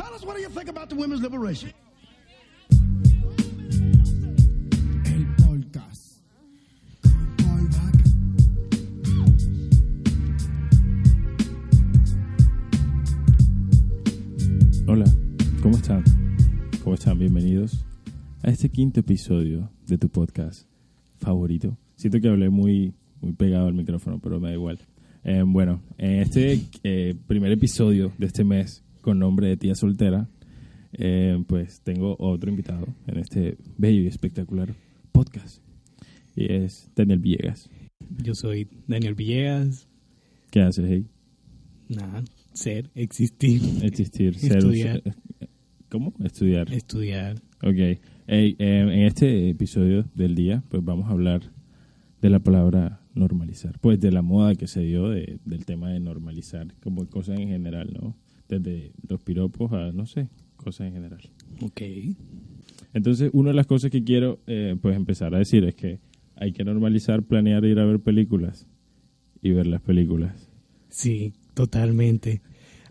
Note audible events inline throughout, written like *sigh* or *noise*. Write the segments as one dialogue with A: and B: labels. A: Girls, what do you think about the women's liberation?
B: El podcast. Con Paul Vaca.
C: Hola, ¿cómo están? ¿Cómo están? Bienvenidos a este quinto episodio de tu podcast favorito. Siento que hablé muy, muy pegado al micrófono, pero me da igual. Eh, bueno, en este eh, primer episodio de este mes con nombre de Tía Soltera, eh, pues tengo otro invitado en este bello y espectacular podcast. Y es Daniel Villegas.
D: Yo soy Daniel Villegas.
C: ¿Qué haces, hey?
D: Nada, ser, existir,
C: Existir, ser.
D: Estudiar.
C: ¿Cómo? Estudiar.
D: estudiar.
C: Ok. Ey, eh, en este episodio del día, pues vamos a hablar de la palabra normalizar. Pues de la moda que se dio de- del tema de normalizar, como cosas en general, ¿no? Desde los piropos a, no sé, cosas en general.
D: Ok.
C: Entonces, una de las cosas que quiero eh, pues empezar a decir es que hay que normalizar, planear ir a ver películas y ver las películas.
D: Sí, totalmente.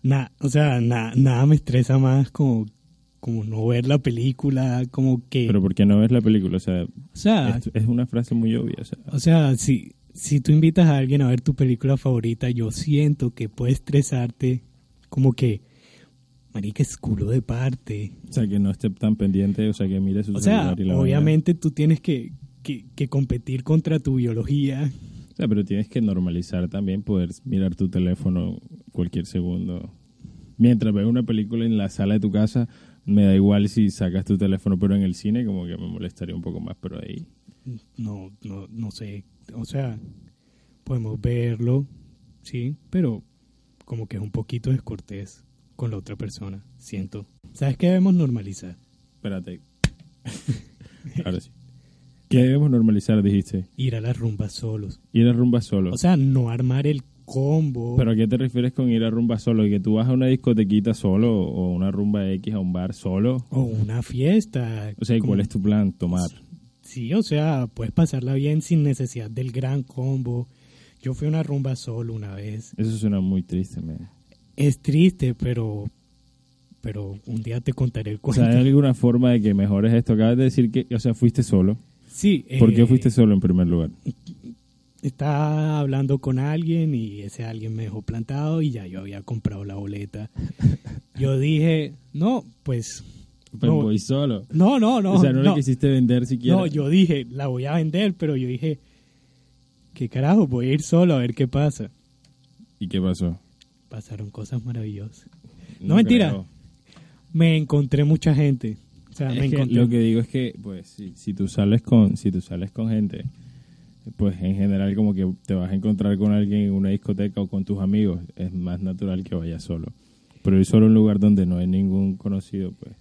D: Na, o sea, na- nada me estresa más como, como no ver la película, como que...
C: Pero ¿por qué no ves la película? O sea,
D: o sea,
C: es, es una frase muy obvia. o sea,
D: o sea si, si tú invitas a alguien a ver tu película favorita, yo siento que puede estresarte como que... Marica, es culo de parte.
C: o sea, que no esté tan pendiente, o sea, que mire su
D: O sea,
C: celular y la vaina.
D: obviamente tú tienes que, que- que competir contra tu biología.
C: O sea, pero tienes que normalizar también poder mirar tu teléfono cualquier segundo. Mientras ves una película en la sala de tu casa, me da igual si sacas tu teléfono, pero en el cine como que me molestaría un poco más, pero ahí.
D: No, no, no sé. O sea, podemos verlo, sí, pero como que es un poquito descortés con la otra persona, siento. ¿Sabes qué debemos normalizar?
C: Espérate. *laughs* Ahora sí. ¿Qué debemos normalizar, dijiste?
D: Ir a las rumbas solos.
C: Ir a rumba solo.
D: O sea, no armar el combo.
C: ¿Pero a qué te refieres con ir a rumba solo? ¿Que tú vas a una discotequita solo o una rumba X a un bar solo?
D: o una fiesta.
C: O sea, ¿y
D: como-
C: ¿cuál es tu plan? Tomar.
D: Sí, o sea, puedes pasarla bien sin necesidad del gran combo. Yo fui a una rumba solo una vez.
C: Eso suena muy triste, man.
D: Es triste, pero pero un día te contaré el
C: O
D: cuento.
C: sea, ¿hay alguna forma de que mejores esto? Acabas de decir que, o sea, fuiste solo.
D: sí,
C: ¿Por
D: eh,
C: qué fuiste solo en primer lugar?
D: estaba hablando con alguien y ese alguien me dejó plantado y ya yo había comprado
C: *laughs*
D: la boleta. Yo dije, no, pues...
C: Pues
D: no,
C: voy solo.
D: no, no, no.
C: o sea, no, le
D: no.
C: quisiste vender siquiera.
D: No, yo dije, la voy a vender, pero yo dije, ¿qué carajo? Voy a ir solo a ver qué pasa.
C: ¿Y qué pasó?
D: Pasaron cosas maravillosas. No, mentira.
C: creo.
D: Me encontré mucha gente. O sea,
C: Es
D: me
C: que
D: encontré...
C: lo que digo es que, pues, si, si tú sales con, si tú sales con gente, pues en general como que te vas a encontrar con alguien en una discoteca o con tus amigos, es más natural que vayas solo. Pero ir solo a un lugar donde no hay ningún conocido, pues.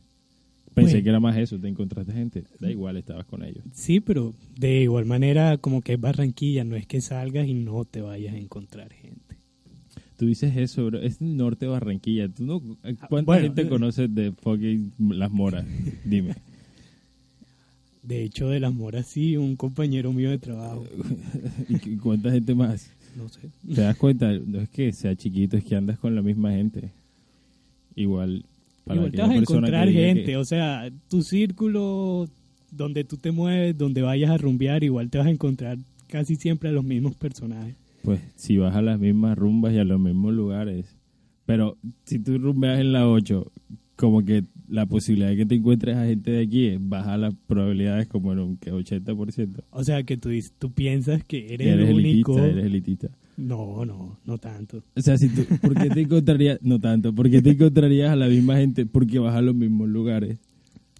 C: Pensé
D: Bueno.
C: que era más eso, te encontraste gente, da igual, estabas con ellos.
D: Sí, pero de igual manera, como que es Barranquilla, no es que salgas y no te vayas a encontrar gente.
C: Tú dices eso, bro. Es el norte de Barranquilla. ¿Tú no, ¿Cuánta
D: bueno,
C: gente
D: eh.
C: conoces de fucking Las
D: *laughs*
C: Moras? Dime.
D: De hecho, de las moras sí, un compañero mío de trabajo.
C: Eh, ¿Y cu- cuánta gente más?
D: No sé.
C: ¿Te das cuenta? No es que sea chiquito, es que andas con la misma gente. Igual, para
D: Igual te
C: aquella
D: vas a
C: persona que
D: encontrar
C: diga
D: gente,
C: que-
D: o sea, tu círculo donde tú te mueves, donde vayas a rumbear, igual te vas a encontrar casi siempre a los mismos personajes.
C: pues si vas a las mismas rumbas y a los mismos lugares. Pero si tú rumbeas en la 8, como que la posibilidad de que te encuentres a gente de aquí baja las probabilidades como en un que 80%.
D: O sea, que tú, dices- tú piensas que eres,
C: Y eres
D: el único.
C: elitista, eres elitista.
D: No, no, no tanto.
C: O sea, si tú, ¿por qué te encontrarías, no tanto, ¿por qué te encontrarías a la misma gente? Porque vas a los mismos lugares.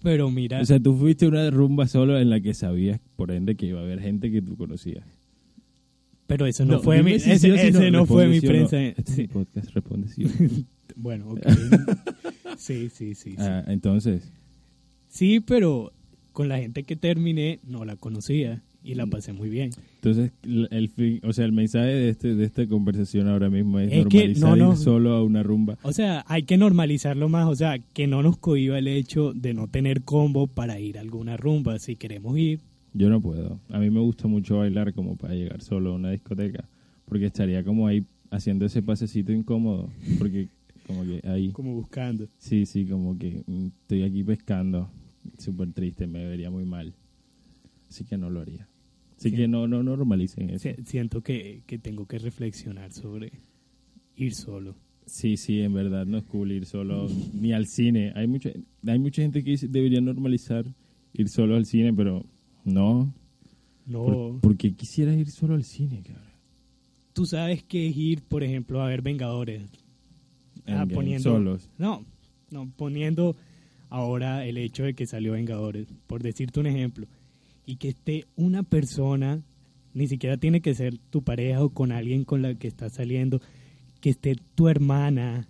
D: Pero mira,
C: O sea, tú fuiste a una rumba solo en la que sabías, por ende, que iba a haber gente que tú conocías.
D: pero eso no, fue mi, ese, ese no fue mi prensa.
C: Este es mi
D: Sí.
C: podcast, responde sí o
D: *laughs*
C: no.
D: Bueno, ok.
C: *laughs*
D: sí, sí, sí. sí.
C: Ah, entonces,
D: Sí, pero con la gente que terminé no la conocía y
C: Mm.
D: la pasé muy bien.
C: entonces l- el fin, o sea, el mensaje de, este, de esta conversación ahora mismo es,
D: Es que
C: normalizar
D: no, no.
C: ir solo a una rumba.
D: O sea, hay que normalizarlo más, o sea, que no nos cohiba el hecho de no tener combo para ir a alguna rumba si queremos ir.
C: Yo no puedo. A mí me gusta mucho bailar como para llegar solo a una discoteca, porque estaría como ahí haciendo ese pasecito incómodo, porque Como que ahí.
D: Como buscando.
C: Sí, sí, como que mm, estoy aquí pescando. Súper triste, me vería muy mal. Así que no lo haría. Así
D: Sí.
C: que no, no normalicen eso.
D: Si- Siento que, que tengo que reflexionar sobre ir solo.
C: Sí, sí, en verdad no es cool ir solo ni al cine. Hay mucha, hay mucha gente que dice, debería normalizar ir solo al cine, pero no.
D: No,
C: Por, ¿por qué quisieras ir solo al cine, cabrón?
D: tú sabes que es ir, por ejemplo, a ver Vengadores. Ah,
C: Endgame,
D: poniendo,
C: Solos.
D: No, no, poniendo ahora el hecho de que salió Vengadores, por decirte un ejemplo, y que esté una persona, ni siquiera tiene que ser tu pareja o con alguien con la que estás saliendo, que esté tu hermana,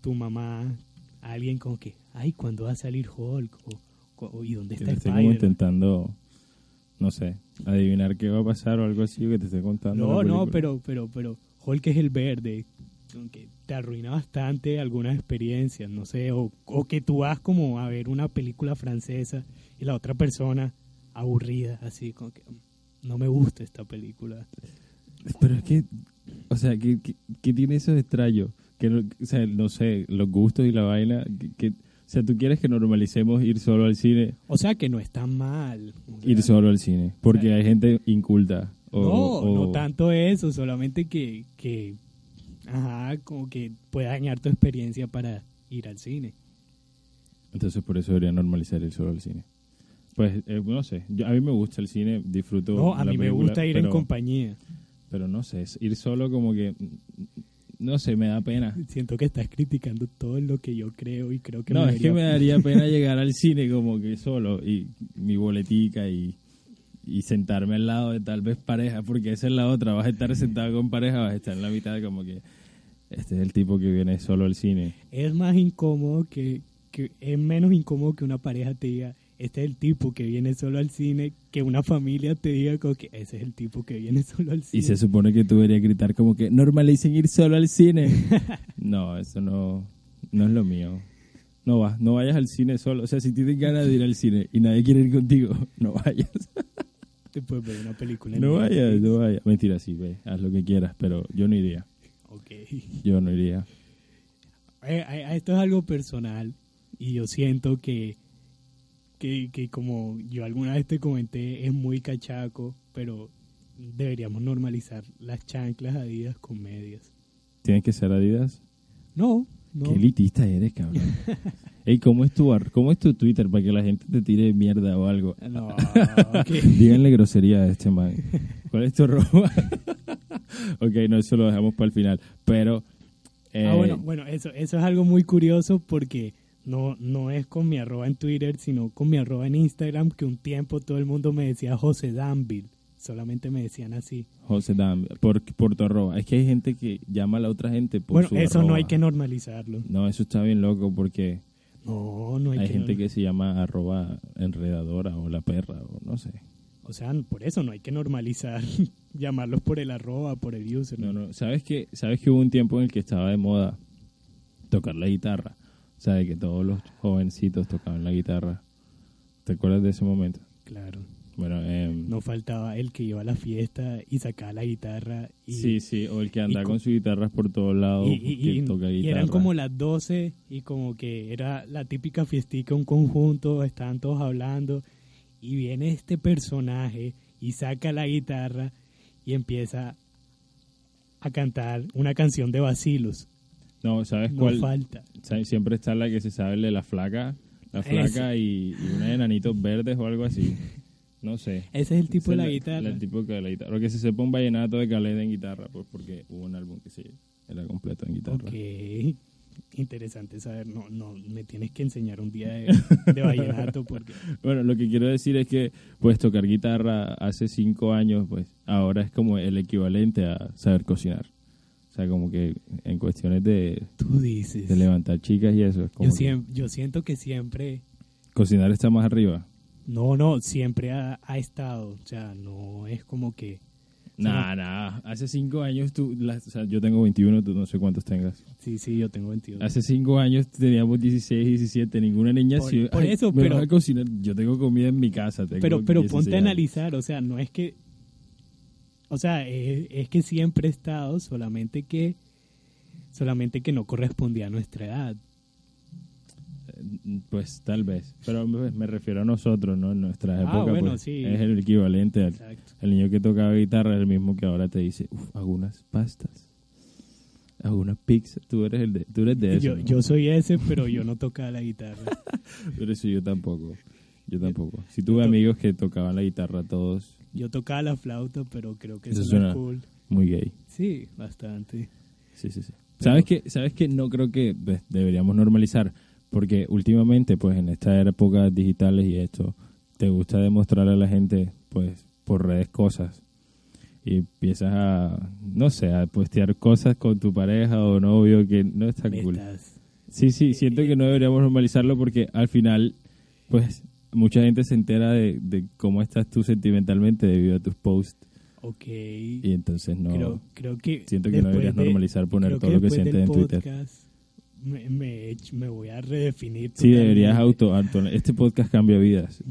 D: tu mamá, alguien como que, ay, ¿cuándo va a salir Hulk? O, o- ¿Y dónde
C: Que
D: está
C: te esté como
D: Spider?
C: intentando, no sé, adivinar qué va a pasar o algo así, o que te esté contando.
D: No,
C: la
D: no,
C: película.
D: pero, pero, pero Hulk es el verde, aunque te arruina bastante algunas experiencias, no sé, o, o que tú vas como a ver una película francesa y la otra persona aburrida, así como que "Mm, no me gusta esta película.
C: Pero es que, o sea, ¿qué, qué- qué tiene eso de extraño? Que, no- o sea, no sé, los gustos y la vaina. Que, que- o sea, tú quieres que normalicemos ir solo al cine,
D: O sea que no está mal. o sea,
C: ir solo al cine, porque
D: sea,
C: hay gente inculta. O,
D: no,
C: o-
D: no tanto eso, solamente que, que, ajá, como que pueda dañar tu experiencia para ir al cine.
C: Entonces, por eso debería normalizar ir solo al cine. Pues, eh, no sé, yo- a mí me gusta el cine, disfruto.
D: No, a
C: la
D: mí me
C: película,
D: gusta ir en
C: pero-
D: compañía.
C: Pero no sé, es- ir solo como que, no sé, me da pena.
D: *laughs* Siento que estás criticando todo lo que yo creo y creo que
C: no,
D: me
C: es que me
D: debería-
C: daría *laughs* pena llegar al cine como que solo y mi boletica y, y sentarme al lado de tal vez pareja, porque esa es la otra, vas a estar sentado con pareja, vas a estar en la mitad como que este es el tipo que viene solo al cine.
D: es más incómodo que, que es menos incómodo que una pareja te diga este es el tipo que viene solo al cine que una familia te diga como que ese es el tipo que viene *laughs* solo al cine.
C: Y se supone que tú deberías gritar como que normalicen ir solo al *laughs* cine. no, eso no, no es lo mío. No vas, no vayas al cine solo. O sea, si tienes ganas de ir al cine y nadie quiere ir contigo, *laughs* no vayas.
D: te puedes ver una película. en
C: No vayas,
D: Netflix.
C: no vayas. Mentira, sí, ve, haz lo que quieras, pero yo no iría.
D: Ok. *laughs*
C: Yo no iría.
D: Eh, eh, esto es algo personal y yo siento que, que, que como yo alguna vez te comenté, es muy cachaco, pero deberíamos normalizar las chanclas adidas con medias.
C: Tienes que ser Adidas.
D: No, no.
C: Qué elitista eres,
D: *laughs*
C: cabrón. Ey, ¿cómo es, tu, ar- ¿cómo es tu Twitter para que la gente te tire mierda o algo?
D: Ah, No,
C: *laughs* Díganle grosería a este
D: *laughs*
C: man. ¿Cuál es tu ropa? *laughs* ok, no, eso lo dejamos para el final. Pero... eh,
D: Ah, bueno, bueno, eso, eso es algo muy curioso porque no, no es con mi arroba en Twitter, sino con mi arroba en Instagram, que un tiempo todo el mundo me decía José Danville. Solamente me decían así.
C: José Dan, por, por tu arroba. Es que hay gente que llama a la otra gente por
D: bueno,
C: su
D: eso no
C: arroba.
D: hay que normalizarlo.
C: No, eso está bien loco porque...
D: No, no hay,
C: Hay,
D: que
C: gente
D: norm-
C: que se llama arroba enredadora o la perra o no sé.
D: O sea, por eso no hay que normalizar *laughs* llamarlos por el arroba, por el user.
C: No, no. ¿Sabes que, ¿Sabes que hubo un tiempo en el que estaba de moda tocar la guitarra? O sea, de que todos los jovencitos tocaban la guitarra. ¿Te acuerdas de ese momento?
D: Claro.
C: Bueno, em,
D: No faltaba el que iba a la fiesta y sacaba la guitarra y,
C: sí, sí, o el que anda
D: y
C: con,
D: con-
C: sus guitarras por todos lados,
D: y, y-
C: que
D: y-
C: toca
D: y
C: guitarra.
D: eran como las 12 y como que era la típica fiestica, un conjunto, estaban todos hablando y viene este personaje y saca la guitarra y empieza a cantar una canción de vacilos.
C: No, ¿sabes
D: No
C: cuál?
D: falta.
C: ¿Sabes? Siempre está la que se sabe el de la flaca, la
D: Ese.
C: flaca y, y una de enanitos verdes o algo así. No sé.
D: Ese es *laughs* el
C: Esa
D: tipo de la
C: es
D: guitarra.
C: la- El tipo de la guitarra. O que se sepa un vallenato de Caled en guitarra, pues porque hubo un álbum que sí era completo en guitarra.
D: Ok. Interesante saber, no, no, me tienes que enseñar un día de,
C: *laughs*
D: de vallenato porque
C: Bueno, lo que quiero decir es que pues tocar guitarra hace cinco años, pues ahora es como el equivalente a saber cocinar. O sea, como que en cuestiones de,
D: tú dices.
C: de levantar chicas y eso. Es como
D: Yo,
C: que
D: siem- yo siento que siempre
C: cocinar está más arriba.
D: No, no, siempre ha, ha estado. O sea, no es como que.
C: Nah, nah. Hace cinco años tú, las- o sea, yo tengo 21, tú no sé cuántos tengas.
D: Sí, sí, yo tengo 22.
C: Hace cinco años teníamos 16, 17, ninguna niña
D: Por-
C: se-
D: por
C: "Ay,
D: eso,
C: me
D: pero-
C: vas a cocinar". yo tengo comida en mi casa. tengo
D: pero pero
C: 16
D: ponte a
C: años.
D: analizar, o sea, no es que. O sea, es, es que siempre ha estado, solamente que solamente que no correspondía a nuestra edad.
C: Eh, Pues tal vez. Pero me me refiero a nosotros, ¿no? En nuestras
D: Ah,
C: épocas.
D: bueno,
C: pues,
D: sí.
C: Es el equivalente al,
D: Exacto.
C: El niño que tocaba guitarra es el mismo que ahora te dice, uff, hago unas pastas, hago unas pizzas. Tú eres, el de, tú eres de eso.
D: Yo,
C: ¿no?
D: yo soy ese, pero yo no tocaba la guitarra.
C: Pero eso yo tampoco. Yo tampoco. Si tuve amigos que tocaban la guitarra todos,
D: Yo tocaba la flauta, pero creo que
C: Eso
D: eso no
C: suena-
D: es cool.
C: muy gay.
D: Sí, bastante.
C: Sí, sí, sí. ¿Sabes qué? ¿Sabes qué? No creo que pues, deberíamos normalizar. Porque últimamente, pues en esta época digitales y esto, te gusta demostrar a la gente, pues, por redes cosas. Y empiezas a, no sé, a postear cosas con tu pareja o novio que no está
D: Me
C: cool.
D: estás-
C: Sí, sí, siento que no deberíamos normalizarlo porque al final, pues, mucha gente se entera de, de cómo estás tú sentimentalmente debido a tus posts
D: Ok.
C: y entonces no...
D: creo, creo que
C: siento que no
D: después
C: deberías normalizar poner
D: creo
C: todo lo que
D: después
C: sientes
D: del
C: en Twitter.
D: podcast Me, me he hecho- me voy a redefinir.
C: Sí, deberías
D: totalmente.
C: auto, auto- Este podcast cambia vidas.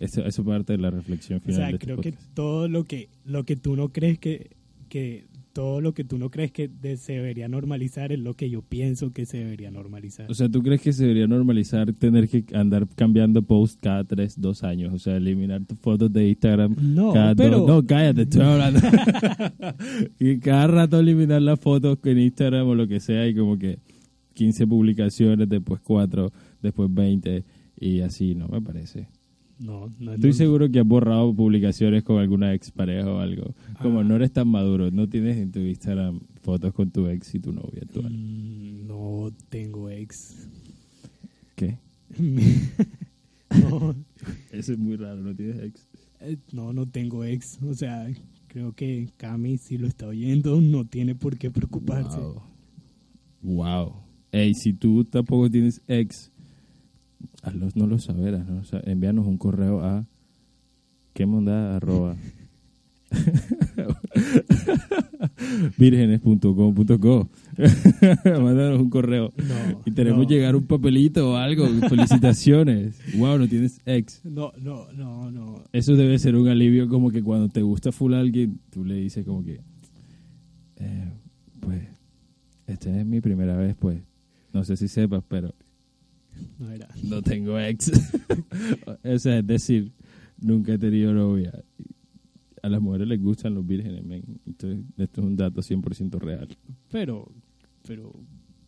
C: Eso, eso parte de la reflexión
D: O
C: final
D: sea,
C: de este
D: creo que
C: podcast.
D: todo lo que lo que tú no crees que, que todo lo que tú no crees que de- se debería normalizar es lo que yo pienso que se debería normalizar.
C: O sea, ¿tú crees que se debería normalizar tener que andar cambiando posts cada tres, dos años? O sea, eliminar tus fotos de Instagram
D: No,
C: cada
D: pero-
C: dos- No, cállate, estoy hablando.
D: *laughs*
C: *laughs* y cada rato eliminar las fotos en Instagram o lo que sea y como que 15 publicaciones, después 4, después 20 y así, no me parece.
D: no, no es
C: Estoy
D: normal.
C: seguro que has borrado publicaciones con alguna expareja o algo. Como
D: Ah.
C: no eres tan maduro, no tienes en tu Instagram fotos con tu ex y tu novia actual.
D: Mm, No
C: *laughs*
D: tengo ex.
C: ¿Qué?
D: no,
C: Eso es muy raro, no tienes ex.
D: eh, no, no tengo ex. O sea, creo que Cami, si lo está oyendo, no tiene por qué preocuparse.
C: Wow. Wow. Ah, Ey, si tú tampoco tienes ex, hazlo- no lo saberás, ¿no? O sea, envíanos un correo a quemondad *laughs* arroba vírgenes.com.co *laughs* Mándanos un correo.
D: No,
C: y tenemos
D: no.
C: llegar un papelito o algo. Felicitaciones. wow, no tienes ex.
D: No, no, no, no.
C: Eso debe ser un alivio como que cuando te gusta full alguien, tú le dices como que, eh, pues, esta es mi primera vez, pues, no sé si sepas, pero
D: No era.
C: no tengo ex. *laughs* o sea, es decir, nunca he tenido novia. A las mujeres les gustan los vírgenes, men. Entonces, esto es un dato 100% real.
D: Pero, pero,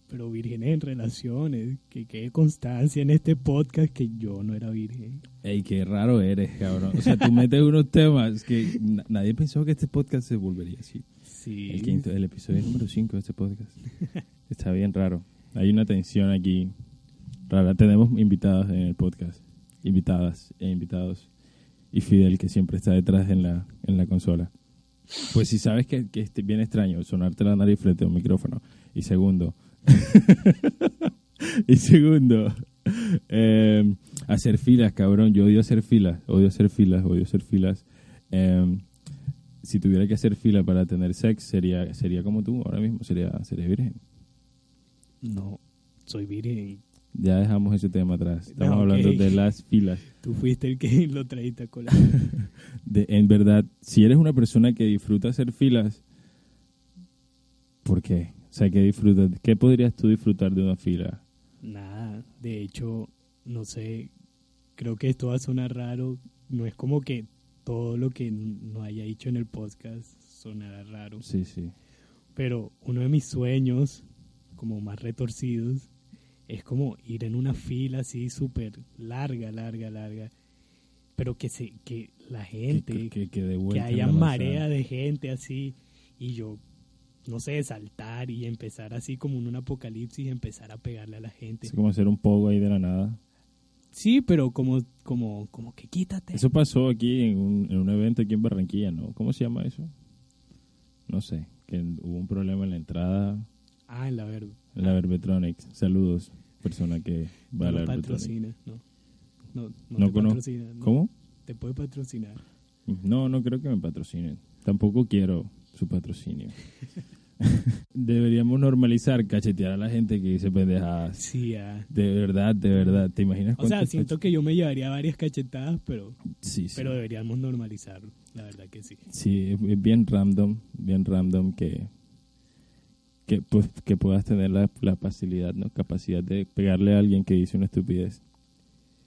D: pero virgen en relaciones. Que quede constancia en este podcast que yo no era virgen.
C: Ey, qué raro eres, cabrón. O sea, tú metes unos temas que na- nadie pensó que este podcast se volvería así.
D: Sí.
C: El, quinto, el episodio número 5 de este podcast. Está bien raro. Hay una tensión aquí rara. Tenemos invitadas en el podcast. Invitadas e invitados. Y Fidel, que siempre está detrás en la, en la consola. Pues si sabes que, que es bien extraño sonarte la nariz frente a un micrófono. Y segundo. *laughs* y segundo. eh, hacer filas, cabrón. Yo odio hacer filas. Odio hacer filas. Odio hacer filas. Em, si tuviera que hacer fila para tener sex, sería, sería como tú ahora mismo, sería, sería virgen.
D: No, soy virgen.
C: Ya dejamos ese tema atrás. Estamos
D: Ah, ok.
C: hablando de las filas.
D: Tú fuiste el que *laughs* lo trajiste a colar.
C: De, en verdad, si eres una persona que disfruta hacer filas, ¿por qué? O sea, ¿qué disfrutas? ¿Qué podrías tú disfrutar de una fila?
D: Nada, de hecho, no sé, creo que esto va a sonar raro. No es como que todo lo que n- no haya dicho en el podcast sonará raro.
C: Sí, sí.
D: Pero uno de mis sueños, como más retorcidos, es como ir en una fila así súper larga, larga, larga. Pero que, se, que la gente
C: que, que, que de
D: que
C: vuelta en
D: haya
C: la manzana.
D: marea de gente así y yo no sé saltar y empezar así como en un apocalipsis y empezar a pegarle a la gente
C: Es como hacer un poco ahí de la nada.
D: sí pero como como como que quítate
C: Eso pasó aquí en un, en un evento aquí en Barranquilla, ¿no? ¿Cómo se llama eso? No sé. Que hubo un problema en la entrada.
D: ah en la verdad
C: La Verbetronics. Saludos, persona que va a
D: no
C: la
D: lo
C: Verbetronics.
D: patrocina no no, no,
C: No
D: te
C: conozco.
D: patrocina, no.
C: ¿Cómo?
D: te puede patrocinar
C: No, no creo que me patrocinen. Tampoco quiero su
D: *laughs*
C: patrocinio. Deberíamos normalizar cachetear a la gente que dice pendejadas.
D: sí ah.
C: De verdad, de verdad. ¿Te imaginas
D: o sea
C: cuántas
D: siento que yo me llevaría varias cachetadas pero
C: cach- Sí, sí.
D: pero deberíamos normalizarlo la verdad que sí
C: Sí, es bien random, bien random que, que, pues, que puedas tener la, la facilidad, ¿no? capacidad de pegarle a alguien que dice una estupidez.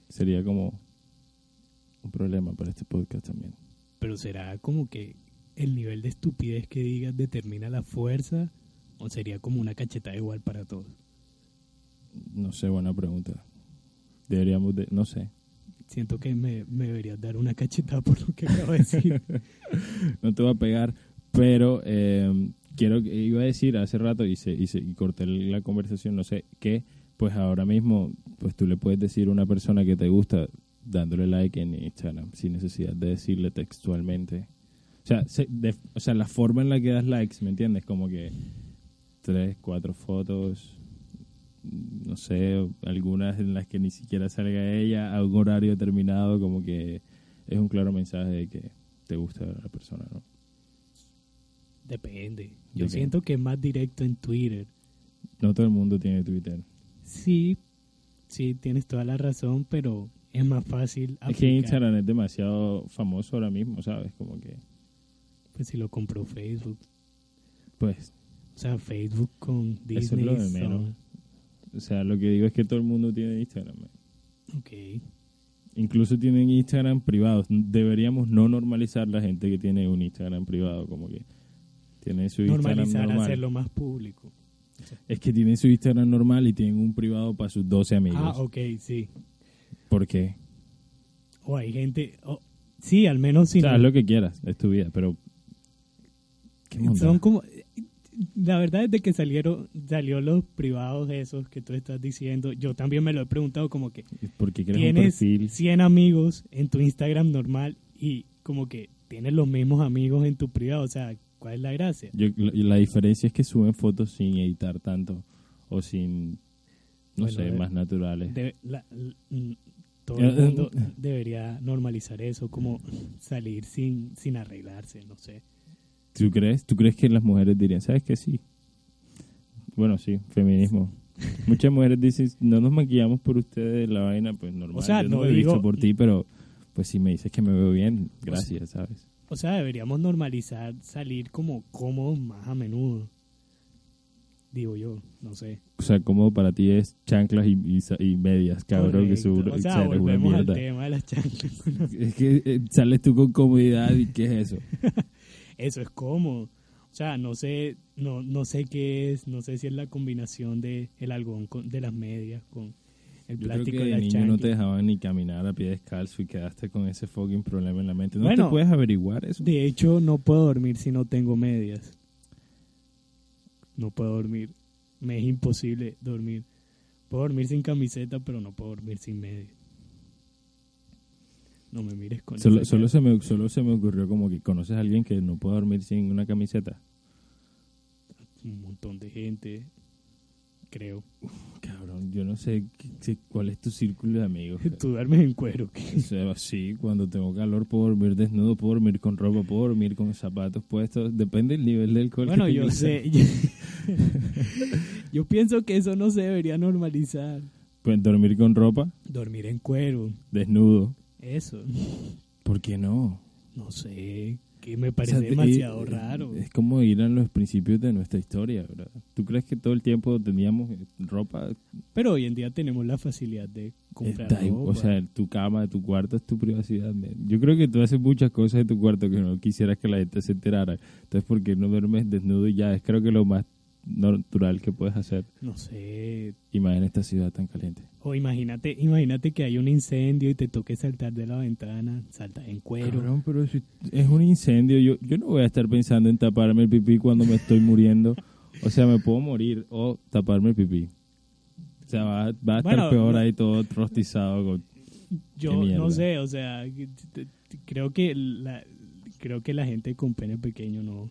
C: Sería como un problema para este podcast también.
D: Pero será como que el nivel de estupidez que digas determina la fuerza o sería como una cachetada igual para todos.
C: No sé, buena pregunta. Deberíamos, de, no sé,
D: Siento que me, me deberías dar una cachetada por lo que acabo
C: *laughs*
D: de decir.
C: no te va a pegar, pero eh, quiero que- iba a decir hace rato y, se, y, se- y corté la conversación, no sé, que pues ahora mismo pues tú le puedes decir a una persona que te gusta dándole like en Instagram sin necesidad de decirle textualmente. O sea, se- de- o sea, la forma en la que das likes, ¿me entiendes? Como que tres, cuatro fotos, no sé, algunas en las que ni siquiera salga ella a un horario determinado, como que es un claro mensaje de que te gusta la persona, ¿no?
D: Depende.
C: ¿De
D: Yo
C: qué?
D: siento que es más directo en Twitter.
C: No todo el mundo tiene Twitter.
D: Sí, sí, tienes toda la razón, pero es más fácil aplicar.
C: Es que Instagram es demasiado famoso ahora mismo, ¿sabes? Como que,
D: Pues si lo compró Facebook.
C: pues,
D: O sea, Facebook con Disney.
C: Eso es lo de menos. o sea, lo que digo es que todo el mundo tiene Instagram. man.
D: son- Ok.
C: Incluso tienen Instagram privados. Deberíamos no normalizar la gente que tiene un Instagram privado, como que tiene su
D: Normalizar,
C: Instagram normal.
D: hacerlo más público.
C: Es que tienen su Instagram normal y tienen un privado para sus 12 amigos.
D: Ah, ok, sí.
C: ¿Por qué?
D: O hay gente... o- sí, al menos si
C: o sea,
D: no-
C: haz lo que quieras, es tu vida, pero... ¿Qué onda?
D: Son como... La verdad es de que salieron salió los privados esos que tú estás diciendo. Yo también me lo he preguntado como que
C: ¿Por qué creas un
D: tienes
C: perfil?
D: 100 amigos en tu Instagram normal y como que tienes los mismos amigos en tu privado. O sea, ¿cuál es la gracia?
C: Yo- la- la diferencia es que suben fotos sin editar tanto o sin, no
D: Bueno,
C: sé,
D: de-
C: más naturales.
D: Debe- la- l- mm, todo
C: eh,
D: el mundo debería normalizar eso, como salir sin, sin arreglarse, no sé.
C: ¿Tú crees? ¿Tú crees que las mujeres dirían, sabes que sí? Bueno, sí,
D: *laughs*
C: feminismo. Muchas mujeres dicen, no nos maquillamos por ustedes, la vaina, pues normal.
D: O sea,
C: Yo no,
D: no
C: me he visto
D: digo-
C: por ti, pero pues si me dices que me veo bien, gracias, ¿sabes?
D: O sea, deberíamos normalizar salir como cómodos más a menudo. Digo yo, no sé.
C: O sea, cómodo para ti es chanclas y, y sa- y medias, cabrón, que
D: Correcto.
C: seguro
D: O sea,
C: eres una
D: volvemos al
C: mierda.
D: tema de las chanclas. *laughs*
C: Es que eh, sales tú con comodidad y ¿qué es eso?
D: Eso es cómodo. O sea, no sé, no, no sé qué es, no sé si es la combinación de el algodón con- de las medias con el
C: Yo creo
D: plástico
C: que
D: de
C: de
D: las
C: niño
D: chanclas.
C: no te dejaban ni caminar a pie descalzo y quedaste con ese fucking problema en la mente. ¿No te
D: Bueno.
C: puedes averiguar eso?
D: De hecho, no puedo dormir si no tengo medias. No puedo dormir. Me es imposible dormir. Puedo dormir sin camiseta, pero no puedo dormir sin medias. No me mires con
C: Solo,
D: esa
C: solo
D: cara.
C: se me, solo se me ocurrió como que conoces a alguien que no puede dormir sin una camiseta.
D: un montón de gente, creo.
C: Cabrón, yo no sé qué- qué- cuál es tu círculo de amigos.
D: *laughs* Tú duermes en cuero. ¿qué?
C: O sea, sí, cuando tengo calor puedo dormir desnudo, puedo dormir con ropa, puedo dormir con zapatos puestos. Depende del nivel del alcohol.
D: Bueno,
C: que
D: yo
C: tengas.
D: sé. yo *laughs* pienso que eso no se debería normalizar.
C: Pues, dormir con ropa,
D: Dormir en cuero,
C: desnudo.
D: eso.
C: ¿Por qué no?
D: No sé, que me
C: O
D: parece
C: sea,
D: demasiado
C: eh,
D: raro.
C: Es como ir a los principios de nuestra historia, ¿verdad? ¿Tú crees que todo el tiempo teníamos eh, ropa?
D: Pero hoy en día tenemos la facilidad de comprar
C: Está ahí,
D: ropa.
C: o sea, tu cama, tu cuarto es tu privacidad. man. Yo creo que tú haces muchas cosas en tu cuarto que no quisieras que la gente se enterara. Entonces, ¿por qué no duermes desnudo y ya? Es creo que lo más natural que puedes hacer.
D: no sé.
C: Y más en esta ciudad tan caliente.
D: O imagínate, imagínate que hay un incendio y te toque saltar de la ventana, saltas en cuero.
C: Cabrón, pero si es un incendio. Yo, yo no voy a estar pensando en taparme el pipí cuando me estoy muriendo. O sea, me puedo morir o taparme el pipí. O sea, va, va a estar
D: Bueno,
C: peor
D: no-
C: ahí todo rostizado. con- Qué
D: Yo
C: mierda.
D: no sé, o sea, que t- t- creo que la creo que la gente con pene pequeño no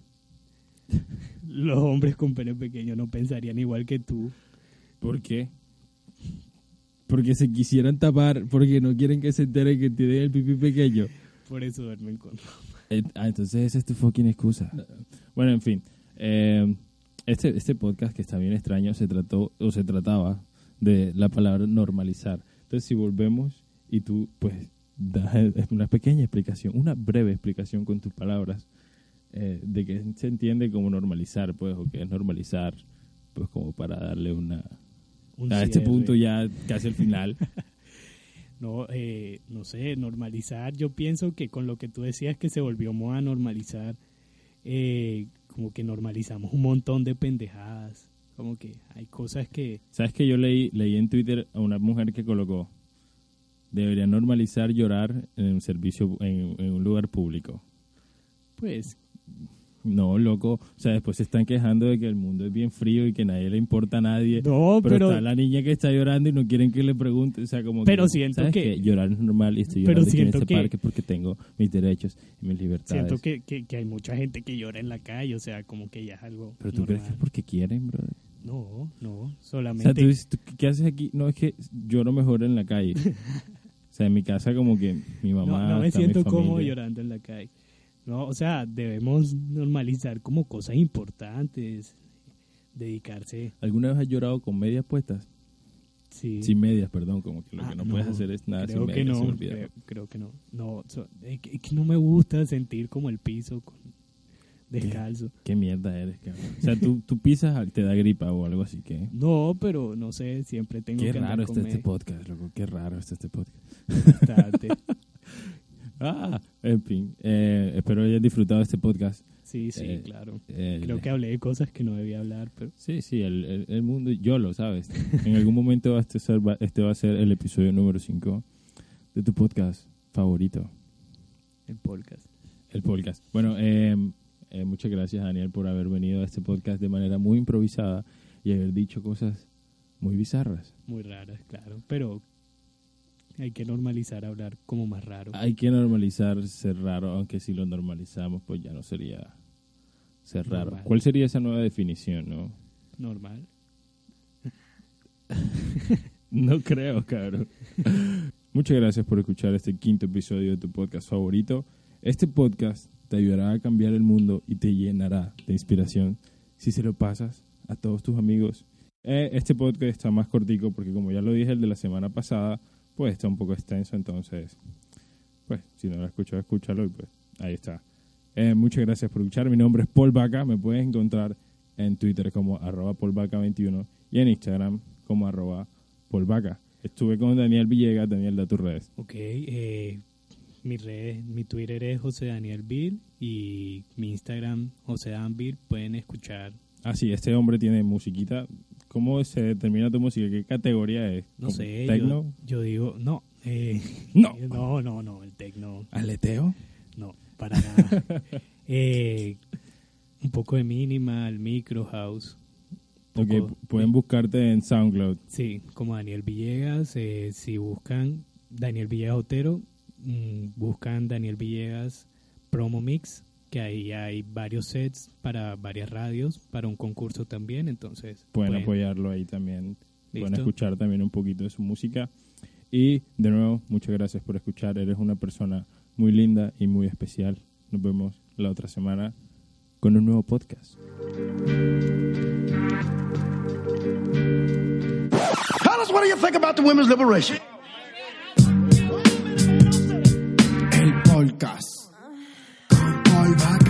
D: *laughs* los hombres con pene pequeño no pensarían igual que tú.
C: ¿Por qué? Porque se quisieran tapar, porque no quieren que se entere que tienen el pipí pequeño.
D: Por eso duermen con
C: Eh, ah, entonces esa es tu fucking excusa. Bueno, en fin. eh, este, este podcast que está bien extraño se trató o se trataba de la palabra normalizar. Entonces, si volvemos y tú, pues, das *laughs* una pequeña explicación, una breve explicación con tus palabras eh, de que se entiende como normalizar, pues, o que es normalizar, pues como para darle una...
D: Un
C: a este
D: cierre.
C: punto ya casi el
D: *laughs*
C: final.
D: No, eh, no sé, normalizar. Yo pienso que con lo que tú decías que se volvió moda normalizar, eh, como que normalizamos un montón de pendejadas. Como que hay cosas que.
C: ¿Sabes que yo leí, leí en Twitter a una mujer que colocó, debería normalizar llorar en un servicio, en, en un lugar público?
D: Pues
C: No, loco, o sea, después se están quejando de que el mundo es bien frío y que nadie le importa a nadie.
D: No, pero-
C: está la niña que está llorando y no quieren que le pregunte, o sea, como
D: Pero
C: que,
D: siento
C: ¿sabes
D: que-
C: qué? llorar es normal y estoy
D: Pero
C: llorando aquí en
D: siento
C: este
D: que-
C: parque porque tengo mis derechos y mis libertades.
D: siento que, que- que hay mucha gente que llora en la calle, o sea, como que ya es algo.
C: Pero tú crees que es
D: normal.
C: porque quieren, brother.
D: No, no,
C: O
D: solamente.
C: sea, tú dices, ¿tú ¿qué haces aquí? No, es que lloro mejor en la calle. o sea, en mi casa como que mi
D: No,
C: mamá...
D: no, me
C: está mi
D: siento cómodo
C: familia.
D: llorando en la calle. No, o sea, debemos normalizar como cosas importantes, dedicarse.
C: ¿Alguna vez has llorado con medias puestas?
D: Sí.
C: Sin medias, perdón, como que lo
D: Ah,
C: que no, puedes hacer es nada
D: creo
C: sin
D: que
C: medias. se me
D: no,
C: olvida.
D: creo, creo que no. No, so- es que, es que no me gusta sentir como el piso con- descalzo.
C: Qué mierda eres, cabrón. O sea, tú, tú pisas, ah, te da gripa o algo así
D: *laughs*
C: que...
D: No, pero no sé, siempre tengo
C: Qué
D: que andar
C: raro
D: con
C: está este
D: medias
C: podcast, loco. Qué raro está este podcast.
D: bastante.
C: Ah, en fin. eh, espero hayas disfrutado este podcast. *laughs*
D: Sí, sí,
C: Eh,
D: claro.
C: El-
D: Creo que hablé de cosas que no debía hablar, pero
C: Sí, sí, el, el, el mundo, yo lo sabes. En algún momento va a este, ser- va- este va a ser el episodio número 5 de tu podcast favorito,
D: el podcast.
C: el podcast. Bueno, eh, eh, muchas gracias Daniel por haber venido a este podcast de manera muy improvisada y haber dicho cosas muy bizarras.
D: Muy raras, claro. Pero hay que normalizar hablar como más raro.
C: Hay que normalizar ser raro, aunque si lo normalizamos, pues ya no sería ser raro.
D: Normal.
C: ¿Cuál sería esa nueva definición, no?
D: Normal.
C: No creo, cabrón. Muchas gracias por escuchar este quinto episodio de tu podcast favorito. Este podcast te ayudará a cambiar el mundo y te llenará de inspiración si se lo pasas a todos tus amigos. Eh, este podcast está más cortico porque como ya lo dije el de la semana pasada, pues está un poco extenso, entonces, pues si no lo has escuchado, escúchalo y pues ahí está. Eh, muchas gracias por escuchar. Mi nombre es Paul Vaca. Me puedes encontrar en Twitter como arroba polvaca21 y en Instagram como arroba polvaca. Estuve con Daniel Villegas. Daniel, da tus redes.
D: Ok, eh, mi red, mi Twitter es José Daniel Bill y mi Instagram José Dan Bill. Pueden escuchar.
C: Ah, sí, este hombre tiene musiquita. ¿Cómo se determina tu música? ¿Qué categoría es?
D: No
C: ¿Como
D: sé, yo,
C: ¿Tecno?
D: yo digo, no. eh,
C: *laughs* No.
D: *laughs* No, no, no, el tecno,
C: ¿Aleteo?
D: no,
C: *laughs*
D: para nada. Eh, un poco de minimal, micro house. un
C: Ok,
D: poco-
C: pu- pueden buscarte en SoundCloud.
D: Sí, como Daniel Villegas, eh, si buscan Daniel Villegas Otero, mm, buscan Daniel Villegas Promo Mix, que ahí hay varios sets para varias radios, para un concurso también, entonces
C: Pueden
D: pueden-
C: apoyarlo ahí también. Pueden
D: Listo.
C: escuchar también un poquito de su música. Y de nuevo, muchas gracias por escuchar. Eres una persona muy linda y muy especial. Nos vemos la otra semana con un nuevo podcast.
A: Alice, what do you think about the women's liberation?
B: El podcast. Con Paul Vaca.